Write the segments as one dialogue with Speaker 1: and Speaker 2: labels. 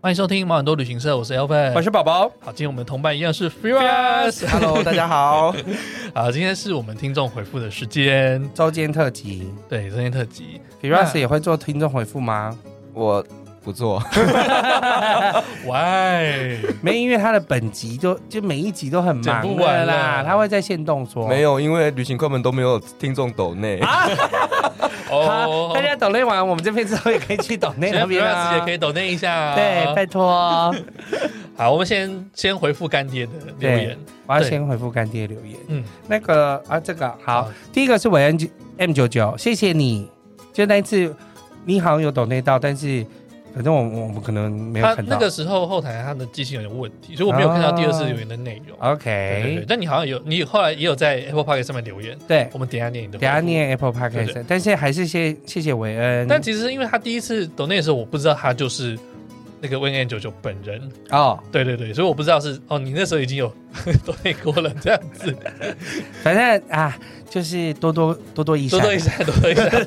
Speaker 1: 欢迎收听毛很多旅行社，我是 Alvin，
Speaker 2: 我是宝宝。
Speaker 1: 好，今天我们的同伴一样是 Firas。
Speaker 2: Hello，大家好，
Speaker 1: 好，今天是我们听众回复的时间，
Speaker 2: 周间特辑
Speaker 1: 对，今天特辑。
Speaker 2: ，Firas 也会做听众回复吗？
Speaker 3: 我不做，
Speaker 1: 喂，
Speaker 2: 没，因为他的本集都就每一集都很忙
Speaker 1: 剪不完
Speaker 2: 的
Speaker 1: 了
Speaker 2: 啦，他会在线动说
Speaker 3: 没。有，因为旅行快门都没有听众抖内，
Speaker 1: 哦
Speaker 2: 好，大家抖内完，我们这边之后也可以去抖内那 边
Speaker 1: Firas
Speaker 2: 啊
Speaker 1: 也可。以抖啊那一下。
Speaker 2: 对，拜，托，
Speaker 1: 好，我们先先回复干爹的留言。
Speaker 2: 我要
Speaker 1: 对
Speaker 2: 先回复干爹留言。
Speaker 1: 嗯，
Speaker 2: 那个啊，这个好
Speaker 1: 好，
Speaker 2: 第一个是韦恩 M 九九，谢谢你。就那一次，你好像有抖内到，但是反正我我们可能没有
Speaker 1: 他
Speaker 2: 看到。
Speaker 1: 那个时候后台他的记性有点问题，所以我没有看到第二次留言的内容。
Speaker 2: 哦
Speaker 1: 对对对
Speaker 2: OK，，
Speaker 1: 但你好像有，你后来也有在 Apple Park 上面留言，
Speaker 2: 对，
Speaker 1: 我们等一下念你的。
Speaker 2: 等一下。念 Apple
Speaker 1: 对
Speaker 2: Podcast，但是还是谢谢谢韦恩。
Speaker 1: 但其实因为他第一次抖那的时候，我不知道他就是那个 w i n N 九九本人，
Speaker 2: 哦，
Speaker 1: 对对对，所以我不知道是哦，你那时候已经有 抖内过了这样子，
Speaker 2: 反正啊，就是多多多多益
Speaker 1: 多
Speaker 2: 善，
Speaker 1: 多益善，多多益善。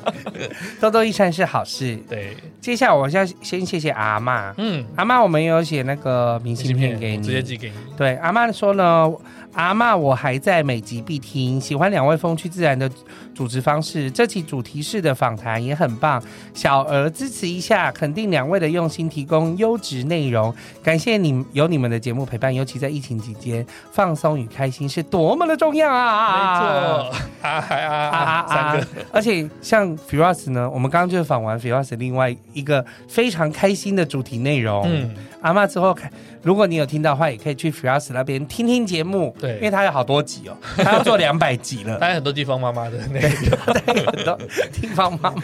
Speaker 2: 多多益善是好事。
Speaker 1: 对，
Speaker 2: 接下来我要先谢谢阿妈，
Speaker 1: 嗯，
Speaker 2: 阿妈我们有写那个明信
Speaker 1: 芯
Speaker 2: 片给你，
Speaker 1: 直接寄给你，
Speaker 2: 对，阿妈说呢，阿妈我还在每集必听，喜欢两位风趣自然的主持方式，这期主题式的访谈也很棒，小额支持一下，肯定两位的用心提供优质内容，感谢你有你们的节目陪伴，尤其在疫情期间，放松与开心是多么的重要
Speaker 1: 没
Speaker 2: 啊！
Speaker 1: 错，啊还啊
Speaker 2: 啊啊
Speaker 1: 啊
Speaker 2: 啊
Speaker 1: 三个，！
Speaker 2: 而且像 Firas 呢，我们刚刚就是访完 Firas 另外一个非常开心的主题内容，
Speaker 1: 嗯，
Speaker 2: 阿妈之后看，如果你有听到的话，也可以去 Firas 那边听听节目，
Speaker 1: 对
Speaker 2: 因为他有好多集哦，他要做两百集了，
Speaker 1: 当然很多地方妈妈的那个，
Speaker 2: 对，很多听方妈妈，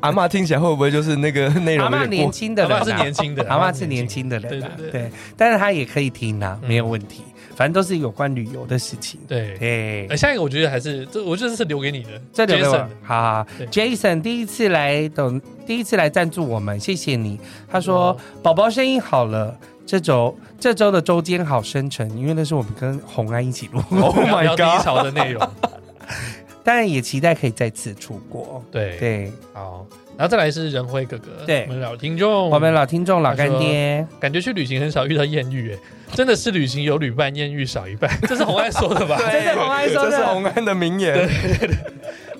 Speaker 3: 阿嬷听起来会不会就是那个内
Speaker 2: 阿
Speaker 3: 容
Speaker 2: 妈
Speaker 3: 有点
Speaker 2: 年
Speaker 3: 过？
Speaker 2: 轻
Speaker 1: 阿
Speaker 2: 的人、
Speaker 1: 妈
Speaker 2: 啊，
Speaker 1: 是年轻的，
Speaker 2: 阿妈是年轻的人、啊，
Speaker 1: 对对对
Speaker 2: 但是他也可以听啊，
Speaker 1: 嗯
Speaker 2: 没有问题，反正都是有关旅游的事情，
Speaker 1: 对。
Speaker 2: 对
Speaker 1: 哎，。下一个我觉得还是这，我觉得这是留给你的，
Speaker 2: 这留给
Speaker 1: Jason
Speaker 2: 我
Speaker 1: 的。
Speaker 2: 好好
Speaker 1: 对
Speaker 2: ，Jason 第一次来等，第一次来赞助我们，谢谢你。他说：“
Speaker 1: 嗯
Speaker 2: 宝宝声音好了，这周这周的周间好深沉，因为那是我们跟红安一起录。
Speaker 3: Oh
Speaker 1: 聊
Speaker 3: my
Speaker 1: 哦聊低
Speaker 3: god！
Speaker 1: 潮的内容，
Speaker 2: 当然也期待可以再次出国。
Speaker 1: 对，
Speaker 2: 对，
Speaker 1: 好，然后再来是仁辉哥哥，
Speaker 2: 对
Speaker 1: 我们老听众，
Speaker 2: 我们老听众老干爹，
Speaker 1: 感觉去旅行很少遇到艳遇，哎，真的是旅行有旅伴，艳遇少一 半，这是红爱说的吧？
Speaker 2: 这是红安说
Speaker 3: 这是
Speaker 2: 的
Speaker 3: 红安的名言。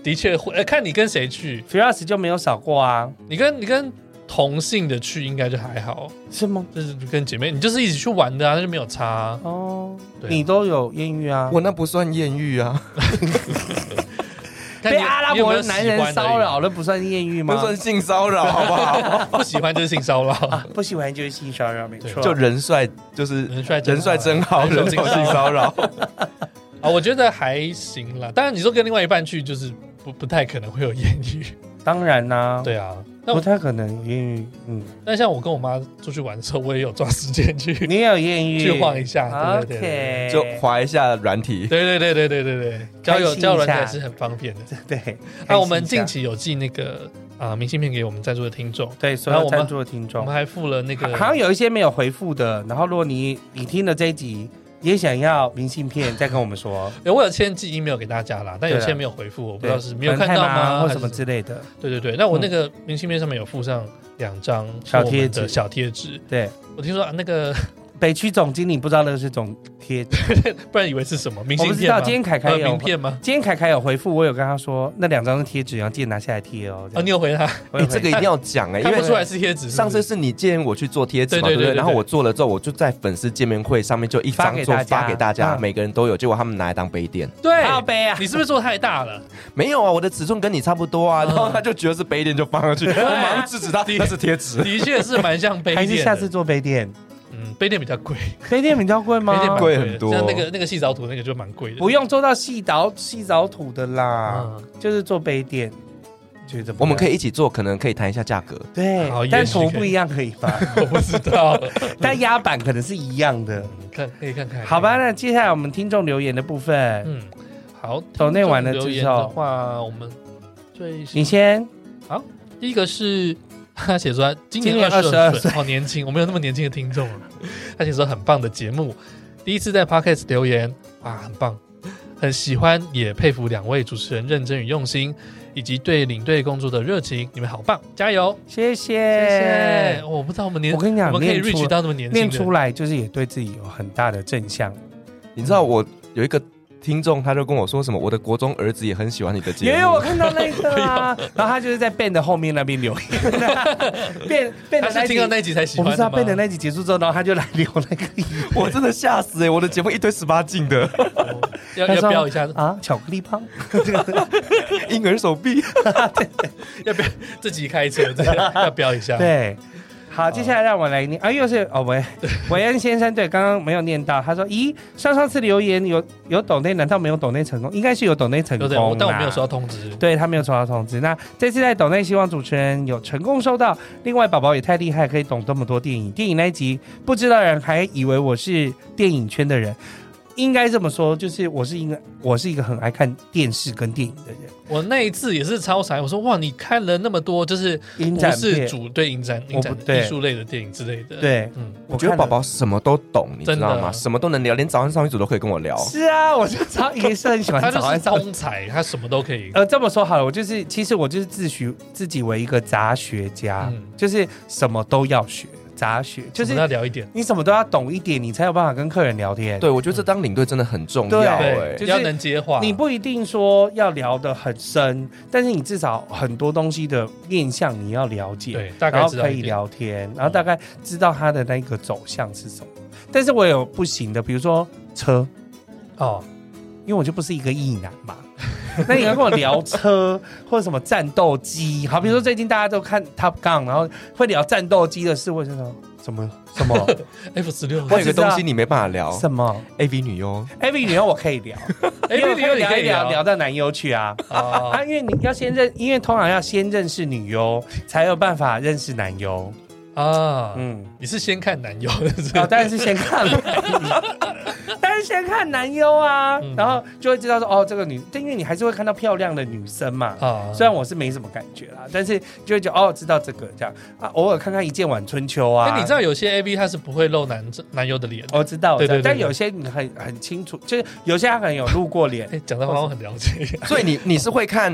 Speaker 1: 的确会，呃，看你跟谁去，
Speaker 2: ，Firas 就没有少过啊，
Speaker 1: 你跟你跟同性的去应该就还好，
Speaker 2: 是吗？
Speaker 1: 就是跟姐妹，你就是一起去玩的啊，那就没有差啊、
Speaker 2: 哦，
Speaker 1: 对啊
Speaker 2: 你都有艳遇啊？
Speaker 3: 我那不算艳遇啊，
Speaker 1: 看你
Speaker 2: 被阿拉
Speaker 1: 你有
Speaker 2: 伯
Speaker 1: 没有
Speaker 2: 的
Speaker 1: 喜
Speaker 2: 男人
Speaker 1: 欢而已
Speaker 2: 骚扰，那不算艳遇
Speaker 3: 那
Speaker 2: 吗？
Speaker 3: 算性骚扰，好不好？
Speaker 1: 不喜欢就是性骚扰，
Speaker 2: 不喜欢就是性骚扰，没
Speaker 1: 对
Speaker 2: 错。
Speaker 3: 就人帅，就是
Speaker 1: 人帅
Speaker 3: 人帅真好，人丑性骚扰。
Speaker 1: 啊，我觉得还行啦。当然，你说跟另外一半去，就是不不太可能会有艳遇，
Speaker 2: 当然啦，
Speaker 3: 嗯
Speaker 1: 对啊。那
Speaker 2: 不
Speaker 1: 我
Speaker 2: 太可能有艳遇。嗯，
Speaker 1: 那像我跟我妈出去玩的时候，我也有抓时间去
Speaker 2: 你也有艳遇，
Speaker 1: 去晃一下，对对对对。
Speaker 2: OK，
Speaker 3: 就划一下软体，
Speaker 1: 对对对对对对对，交友
Speaker 2: 开心一下
Speaker 1: 交友软件是很方便的。
Speaker 2: 对。
Speaker 1: 那、我们近
Speaker 2: 进
Speaker 1: 期有寄那个啊、明信片给我们赞助的听众，
Speaker 2: 对所
Speaker 1: 然后我
Speaker 2: 有
Speaker 1: 们
Speaker 2: 赞助的听
Speaker 1: 我
Speaker 2: 众
Speaker 1: 们，还附了那个
Speaker 2: 好好像有一些没有回复的。然后，如果你你听了这一集，也想要明信片，再跟我们说。
Speaker 1: 有我有先寄 email 给大家啦，但有
Speaker 2: 啊
Speaker 1: 些没有回复，我不知道是没有看到吗，
Speaker 2: 或
Speaker 1: 还是
Speaker 2: 什么之类的。
Speaker 1: 对对对，那我那个明信片上面有附上两张
Speaker 2: 小贴纸
Speaker 1: 是我们的小贴纸。
Speaker 2: 对，
Speaker 1: 我听说、啊、那个
Speaker 2: 北区总经理不知道那个是总贴，
Speaker 1: 不然以为是什么明
Speaker 2: 我
Speaker 1: 信
Speaker 2: 不知
Speaker 1: 片
Speaker 2: 道。
Speaker 1: 吗？
Speaker 2: 今天哦凯凯
Speaker 1: 呃
Speaker 2: 有
Speaker 1: 名，片吗？
Speaker 2: 今天凯凯有回复，我有跟他说那两张贴纸要记得拿下来贴哦。
Speaker 1: 啊，你有 回他，
Speaker 2: 我
Speaker 3: 哎，
Speaker 2: 有
Speaker 3: 这个
Speaker 2: 回
Speaker 3: 一定要讲哎，因
Speaker 1: 看不
Speaker 3: 为
Speaker 1: 出来是贴纸是
Speaker 3: 上
Speaker 1: 不是。
Speaker 3: 次是你建议我去做贴纸嘛，
Speaker 1: 对对
Speaker 3: 对
Speaker 1: 对
Speaker 3: 不对？
Speaker 1: 对
Speaker 3: 然后我做了之后，我就在粉丝见面会上面就一
Speaker 2: 发
Speaker 3: 张
Speaker 2: 给
Speaker 3: 做
Speaker 2: 大家
Speaker 3: 发给大家，
Speaker 2: 嗯
Speaker 3: 每个人都有。结果他们拿来当杯垫，
Speaker 1: 对，
Speaker 2: 靠背啊，
Speaker 1: 你是不是做太大 了？
Speaker 3: 没有啊，我的尺寸跟你差不多啊。
Speaker 1: 嗯
Speaker 3: 然后他就觉得是杯垫，就放上去，我马上制止他，那是贴纸。
Speaker 1: 的确是蛮像杯
Speaker 2: 还
Speaker 1: 垫的。
Speaker 2: 是下次做杯垫？
Speaker 1: 嗯，杯垫比较 贵。
Speaker 2: 杯垫比较贵吗？
Speaker 1: 有点蛮
Speaker 3: 贵
Speaker 1: 的
Speaker 3: 很多
Speaker 1: 像那个那个细藻土那个就蛮贵的。
Speaker 2: 不用做到细凿细凿土的啦，
Speaker 1: 嗯，
Speaker 2: 就是做杯垫，觉得
Speaker 3: 我们可
Speaker 2: 以
Speaker 3: 以一起做，可能可以谈一下价格。
Speaker 2: 对
Speaker 1: 好，
Speaker 2: 但
Speaker 1: 也许
Speaker 2: 图
Speaker 1: 可以
Speaker 2: 不一样可以 吧？
Speaker 1: 我不知道，
Speaker 2: 但压板可能是一样的。
Speaker 1: 嗯看可以看看。
Speaker 2: 好吧，，那接下来我们听众留言的部分，
Speaker 1: 嗯，好。
Speaker 2: 抖内完了
Speaker 1: 留
Speaker 2: 之
Speaker 1: 言的
Speaker 2: 后，
Speaker 1: 话，我们最
Speaker 2: 你先
Speaker 1: 第一个是。 他写说今年
Speaker 2: 今年
Speaker 1: 二十
Speaker 2: 22
Speaker 1: 岁，好年轻，我没有那么年轻的听众啊了。他写说很棒的节目，第一次在 podcast 留言，哇，很棒，很很喜欢，也佩服两位主持人认真与用心，以及对领队工作的热情。你们好棒，加油！
Speaker 2: 谢
Speaker 1: 谢谢。
Speaker 2: 谢。
Speaker 1: 哦我不知道我们年，
Speaker 2: 我跟你讲
Speaker 1: 我们可以
Speaker 2: 念出
Speaker 1: reach 到那么年轻
Speaker 2: 念
Speaker 1: 的
Speaker 2: 出来就是也对自己有很大的正向，
Speaker 3: 你知道我有一个听众，他就跟我说什么，我的国中儿子也很喜欢你的节目。
Speaker 2: 也 有我看到那个
Speaker 1: 哎
Speaker 2: 啊，然后他就是在 Ben 的后面那边留言，变变的
Speaker 1: 他是听到
Speaker 2: 那
Speaker 1: 那
Speaker 2: 一集
Speaker 1: 一集才喜
Speaker 2: 我
Speaker 1: 欢
Speaker 2: 不
Speaker 1: 的
Speaker 2: 知道
Speaker 1: 吗
Speaker 2: Ben 的那集结束之后，然后他就来留 那个言
Speaker 3: 我真的吓死哎、我的节目一堆十八禁的
Speaker 1: 要
Speaker 2: 他
Speaker 1: 要
Speaker 2: 说
Speaker 1: 标一下，
Speaker 2: 啊，巧克力棒，
Speaker 3: 婴儿手臂，
Speaker 1: 要不要自己开 车？这样要标一下。，
Speaker 2: 对。好，接下来让我来念啊，又是哦维维恩先生，对，刚刚没有念到，他说，咦，上上次留言有有抖内，难道没有抖内成功？应该是有抖内成
Speaker 1: 对
Speaker 2: 功
Speaker 1: 对，我
Speaker 2: 啦，
Speaker 1: 但我没有收到通知。
Speaker 2: 对他没有抽到通知。那这次在抖内，希望主持人有成功收到。另外，宝宝也太厉害，可以懂这么多电影。电影那一集，不知道的人还以为我是电影圈的人。应该这么说，就是我是一个我是一个很爱看电视跟电影的人。
Speaker 1: 我那一次也是超傻，我说哇，你看了那么多，就是
Speaker 2: 影
Speaker 1: 不
Speaker 2: 展
Speaker 1: 是
Speaker 2: 片，
Speaker 1: 主对影展、影
Speaker 2: 我不
Speaker 1: 展
Speaker 2: 对
Speaker 1: 艺术类的电影之类的。，
Speaker 2: 对，
Speaker 1: 嗯，
Speaker 3: 我觉得
Speaker 2: 看了
Speaker 3: 宝宝什么都懂，你知道
Speaker 1: 真的
Speaker 3: 吗？什么都能聊，连早安上一组都可以跟我聊。
Speaker 2: 是啊，我就超也是很喜 欢
Speaker 1: 他
Speaker 2: 早
Speaker 1: 就是
Speaker 2: 安上。
Speaker 1: 通才，他什么都可以。
Speaker 2: 呃，这么说好了，我就是其实我就是自诩自己为一个杂学家，
Speaker 1: 嗯
Speaker 2: 就是什么都要学，杂学就
Speaker 1: 就是
Speaker 2: 是
Speaker 1: 要聊一点，
Speaker 2: 你什么都要懂一点，你才有办法跟客人聊天。
Speaker 3: 对，我觉得这当领队真的很重要
Speaker 2: 对
Speaker 3: 哎、
Speaker 1: 对，
Speaker 2: 哦就是
Speaker 1: 要能接话。
Speaker 2: 你不一定说要聊得很深，但是你至少很多东西的面向你要了解，
Speaker 1: 对，大
Speaker 2: 然
Speaker 1: 概
Speaker 2: 后
Speaker 1: 知道
Speaker 2: 可
Speaker 1: 一
Speaker 2: 以
Speaker 1: 点。嗯
Speaker 2: 聊天，然后大概知道它的那个走向是什么。但是我有不行的，比如说车，
Speaker 1: 哦，
Speaker 2: 因为我就不是一个异男 嘛。那你要跟我聊车 或者什么战斗机，好，比如说最近大家都看 Top Gun，然后会聊战斗机的事，我就说什么什么
Speaker 1: F 十六，
Speaker 3: 还有一个
Speaker 2: 我知道
Speaker 3: 东西你没办法聊
Speaker 2: 什么
Speaker 3: ，AV 女优，
Speaker 2: ，AV 女优我可以聊
Speaker 1: 哎，
Speaker 2: 因为我
Speaker 1: 你有你
Speaker 2: 聊
Speaker 1: 可
Speaker 2: 一
Speaker 1: 以
Speaker 2: 聊聊
Speaker 1: 聊。
Speaker 2: 到男优去啊。
Speaker 1: 哦
Speaker 2: 啊，因为你要先认，因为通常要先认识女优，才有办法认识男优。
Speaker 1: 啊，
Speaker 2: 嗯，
Speaker 1: 你是先看男友，是
Speaker 2: 啊、当然是先 看男优，当然是先看男优啊，
Speaker 1: 嗯
Speaker 2: 然后就会知道说，哦，这个女，因为你还是会看到漂亮的女生嘛。
Speaker 1: 啊，
Speaker 2: 虽然我是没什么感觉啦，但是就会觉得哦，知道这个这样啊，偶尔看看《一见晚春秋》啊。哦
Speaker 1: 哎，你知道有些 A V 它是不会露男男友的脸。
Speaker 2: 我知道，
Speaker 1: 对对对对
Speaker 2: 但有些你很很清楚，就是有些他可能有露过脸，
Speaker 1: 哎，讲的好像很了解。
Speaker 3: 所以你你是会看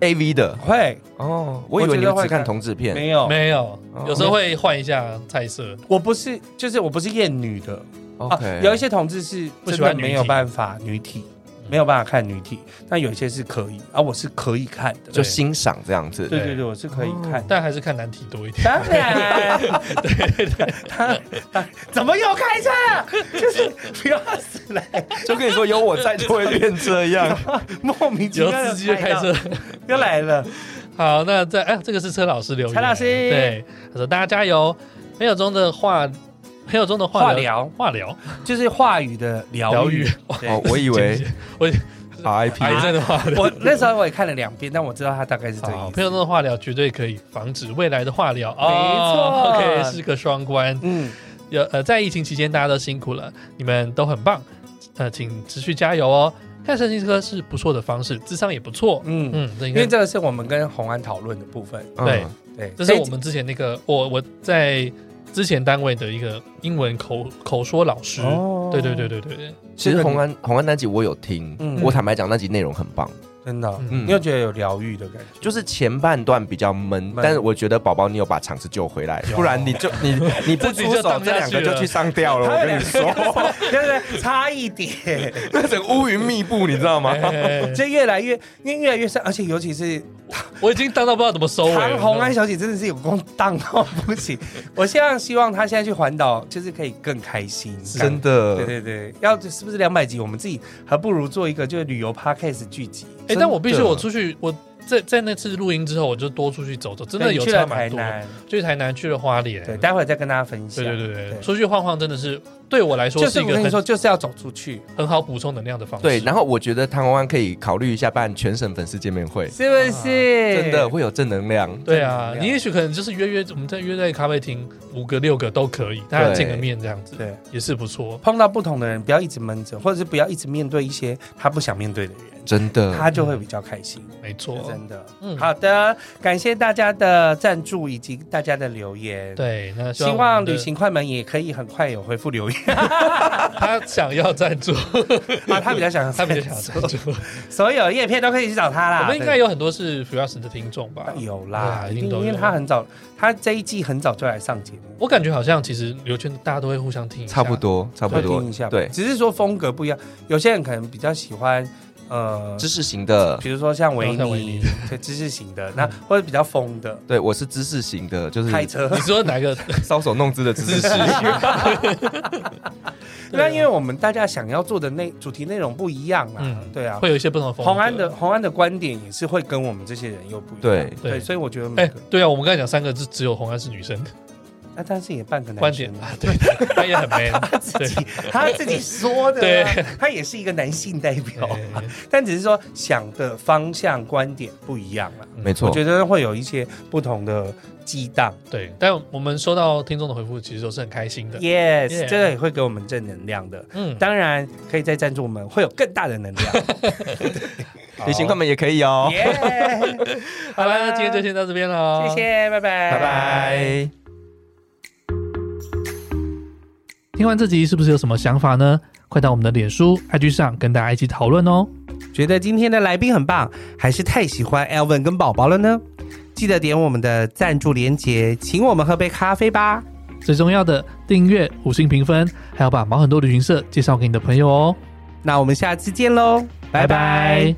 Speaker 3: AV 的
Speaker 2: 会
Speaker 3: 哦？我以为你
Speaker 2: 我觉得
Speaker 3: 们
Speaker 2: 会
Speaker 3: 只
Speaker 2: 看
Speaker 3: 看同志片，
Speaker 2: 没有？
Speaker 1: 没有
Speaker 3: 哦，
Speaker 1: 有时候会换一下菜色。
Speaker 2: 我不是，就是我不是厌女的，
Speaker 3: OK，
Speaker 2: 啊哦有一些同志是
Speaker 1: 不
Speaker 2: 真
Speaker 1: 喜欢
Speaker 2: 的
Speaker 1: 女体嗯
Speaker 2: 没有办法女体，没有办法看女体，但有一些是可以，啊，我是可以看的。
Speaker 3: 就欣赏这样子。
Speaker 2: 对对对，我是可以看的。
Speaker 1: 但还是看难题多一点。
Speaker 2: 当然， 他他怎么又开车了？ 就是不要死来，
Speaker 3: 就跟你说有我在就会变这样。
Speaker 2: 莫名 其
Speaker 1: 有
Speaker 2: 妙
Speaker 1: 司机就开
Speaker 2: 到
Speaker 1: 车。
Speaker 2: 又来了。
Speaker 1: 好，那在哎，这个是车老师留言。
Speaker 2: 蔡老师
Speaker 1: 对，他说大家加油，朋友中的话，朋友中的话
Speaker 2: 话聊，
Speaker 1: 话聊，
Speaker 2: 就是话语的疗愈。 对
Speaker 3: 哦，我以 为
Speaker 1: 谢谢我癌
Speaker 3: RIP
Speaker 1: 症的话聊。
Speaker 2: 我那时候我也看了两遍，但我知道他大概是 这个
Speaker 1: 哎好，
Speaker 2: 意
Speaker 1: 朋
Speaker 2: 思。
Speaker 1: 友中的话聊绝对可以防止未来的话聊。哦
Speaker 2: 没错
Speaker 1: OK，是个双关。
Speaker 2: 嗯，
Speaker 1: 有呃，在疫情期间大家都辛苦了，你们都很棒，呃，请持续加油哦。看神经科是不错的方式，智商也不错。
Speaker 2: 嗯
Speaker 1: 嗯，这应
Speaker 2: 因
Speaker 1: 该
Speaker 2: 为这个是我们跟红安讨论的部分。
Speaker 1: 对
Speaker 3: 嗯
Speaker 2: 对，
Speaker 1: 这是我们之前那个我我在之前单位的一个英文口口说老师。
Speaker 2: 哦
Speaker 1: 对对对，对对对，
Speaker 3: 其实红安红安那集我有听，
Speaker 2: 嗯
Speaker 3: 我坦白讲那集内容很棒，
Speaker 2: 真的，
Speaker 1: 嗯
Speaker 3: 嗯
Speaker 2: 你有觉得有疗愈的感觉？
Speaker 3: 就是前半段比较闷
Speaker 2: 闷，
Speaker 3: 但是我觉得宝宝你有把场子救回来，
Speaker 1: 有
Speaker 3: 不然你就 你你不
Speaker 1: 自己
Speaker 3: 出
Speaker 1: 就
Speaker 3: 手，
Speaker 1: 荡下去
Speaker 3: 这两个就去上吊了。我跟你说，
Speaker 2: 对对对，差一点，
Speaker 3: 那整乌云密布，你知道吗？
Speaker 1: 哎
Speaker 2: 就越来越，因为越来越深，而且尤其是
Speaker 1: 我已经当到不知道怎么收尾了。
Speaker 2: 唐红安小姐真的是有功当到不行。我希望希望她现在去环岛，就是可以更开心，
Speaker 3: 真
Speaker 2: 的。对
Speaker 3: 的，
Speaker 2: 对对，要是不是两百集，我们自己还不如做一个就是旅游 podcast 剧集。
Speaker 1: 哎，但我必须
Speaker 3: 真的
Speaker 1: 我出去，我在在那次录音之后，我就多出去走走，真的
Speaker 2: 对你
Speaker 1: 有
Speaker 2: 去了
Speaker 1: 差
Speaker 2: 台
Speaker 1: 蛮多的。
Speaker 2: 南，
Speaker 1: 去台南，去了花莲。
Speaker 2: 对，待会再跟大家分享。
Speaker 1: 对对对对，
Speaker 2: 对
Speaker 1: 出去晃晃真的是对我来说
Speaker 2: 就是
Speaker 1: 是一
Speaker 2: 我
Speaker 1: 个
Speaker 2: 跟你
Speaker 1: 很
Speaker 2: 说，就是要走出去，
Speaker 1: 很好补充能量的方式。
Speaker 3: 对。然后我觉得唐红安可以考虑一下办全省粉丝见面会，
Speaker 2: 是不是？
Speaker 3: 啊真的会有正能量。
Speaker 1: 对啊
Speaker 2: 正能，量
Speaker 1: 你也许可能就是约约，我们在约在咖啡厅，五个六个都可以，大家
Speaker 3: 对
Speaker 1: 见个面这样子，
Speaker 2: 对。
Speaker 1: 也是不错。
Speaker 2: 碰到不同的人，不要一直闷着，或者是不要一直面对一些他不想面对的人。
Speaker 3: 真的，
Speaker 2: 他就会比较开心，
Speaker 1: 没错，
Speaker 2: 真的。
Speaker 1: 嗯
Speaker 2: 好的，感谢大家的赞助以及大家的留言。，
Speaker 1: 对，那希
Speaker 2: 希
Speaker 1: 我
Speaker 2: 望
Speaker 1: 们的
Speaker 2: 旅行快门也可以很快有回复留言
Speaker 1: 他想要赞 助，
Speaker 2: 啊， 他比较想，
Speaker 1: 他比较想赞助，
Speaker 2: 所有叶片都可以去找他啦。
Speaker 1: 我们应该
Speaker 2: 有
Speaker 1: 有很多是 f r e e s 的听众吧？
Speaker 2: 有啦，
Speaker 1: 对啊
Speaker 2: 一
Speaker 1: 一定
Speaker 2: 定，
Speaker 1: 都有
Speaker 2: 因为他很早，他这一季很早就来上节目，
Speaker 1: 我感觉好像其实刘圈大家都会互相听一下，
Speaker 3: 差不。多，差不
Speaker 2: 就
Speaker 3: 多
Speaker 2: 听一下，吧。
Speaker 3: 对，
Speaker 2: 只是说风格不一样，有些人可能比较喜欢呃，
Speaker 3: 知识型的，
Speaker 2: 比如说像维
Speaker 1: 像维尼
Speaker 2: 尼，对知识型的，那或者比较疯的
Speaker 3: 对我是知识型的，就是
Speaker 2: 开车
Speaker 1: 你。说哪 个？
Speaker 3: 搔首弄姿的知识型，
Speaker 2: 那因为我们大家想要做的内主题内容不一样啊，
Speaker 1: 嗯
Speaker 2: 对啊。
Speaker 1: 会有一些不同的风格。
Speaker 2: 红安的，红安的观点也是会跟我们这些人又不一样，
Speaker 3: 对
Speaker 2: 对，
Speaker 1: 对
Speaker 2: 所以我觉得每
Speaker 1: 哎
Speaker 2: 个，，
Speaker 1: 对啊，我们刚才讲三个字，只有红安是女生
Speaker 2: 那但是也半个
Speaker 1: 哎观
Speaker 2: 男
Speaker 1: 点
Speaker 2: 生
Speaker 1: 啊，
Speaker 2: 啊，
Speaker 1: 对，她也很 man，对
Speaker 2: 他自己说的啊、
Speaker 1: 对
Speaker 2: 他也是一个男性代表啊、
Speaker 1: 对
Speaker 2: 但只是说想的方向观点不一样了、
Speaker 3: 没
Speaker 2: 我
Speaker 3: 错，
Speaker 2: 觉得会有一些不同的激荡
Speaker 1: 对。但我们收到听众的回复，其实都是很开心的。
Speaker 2: ，yes，
Speaker 1: Yeah
Speaker 2: 这个也会给我们正能量的。
Speaker 1: 嗯，
Speaker 2: 当然可以再赞助我们，会有更大的 能量。
Speaker 3: 旅行快门也可以哦，
Speaker 2: 耶，
Speaker 1: 好了，那今天就先到这边了，
Speaker 2: 谢。谢，拜拜，
Speaker 3: 拜拜。
Speaker 1: 听完这集是不是有什么想法呢？快到我们的脸书、IG 上跟大家一起讨论哦。
Speaker 2: 觉得今天的来宾很棒，还是太喜欢 Elvin 跟宝宝了呢？记得点我们的赞助连结，请我们喝杯咖啡吧。
Speaker 1: 最重要的，订阅、五星评分，还要把毛很多旅行社介绍给你的朋友哦。
Speaker 2: 那我们下次见喽，拜拜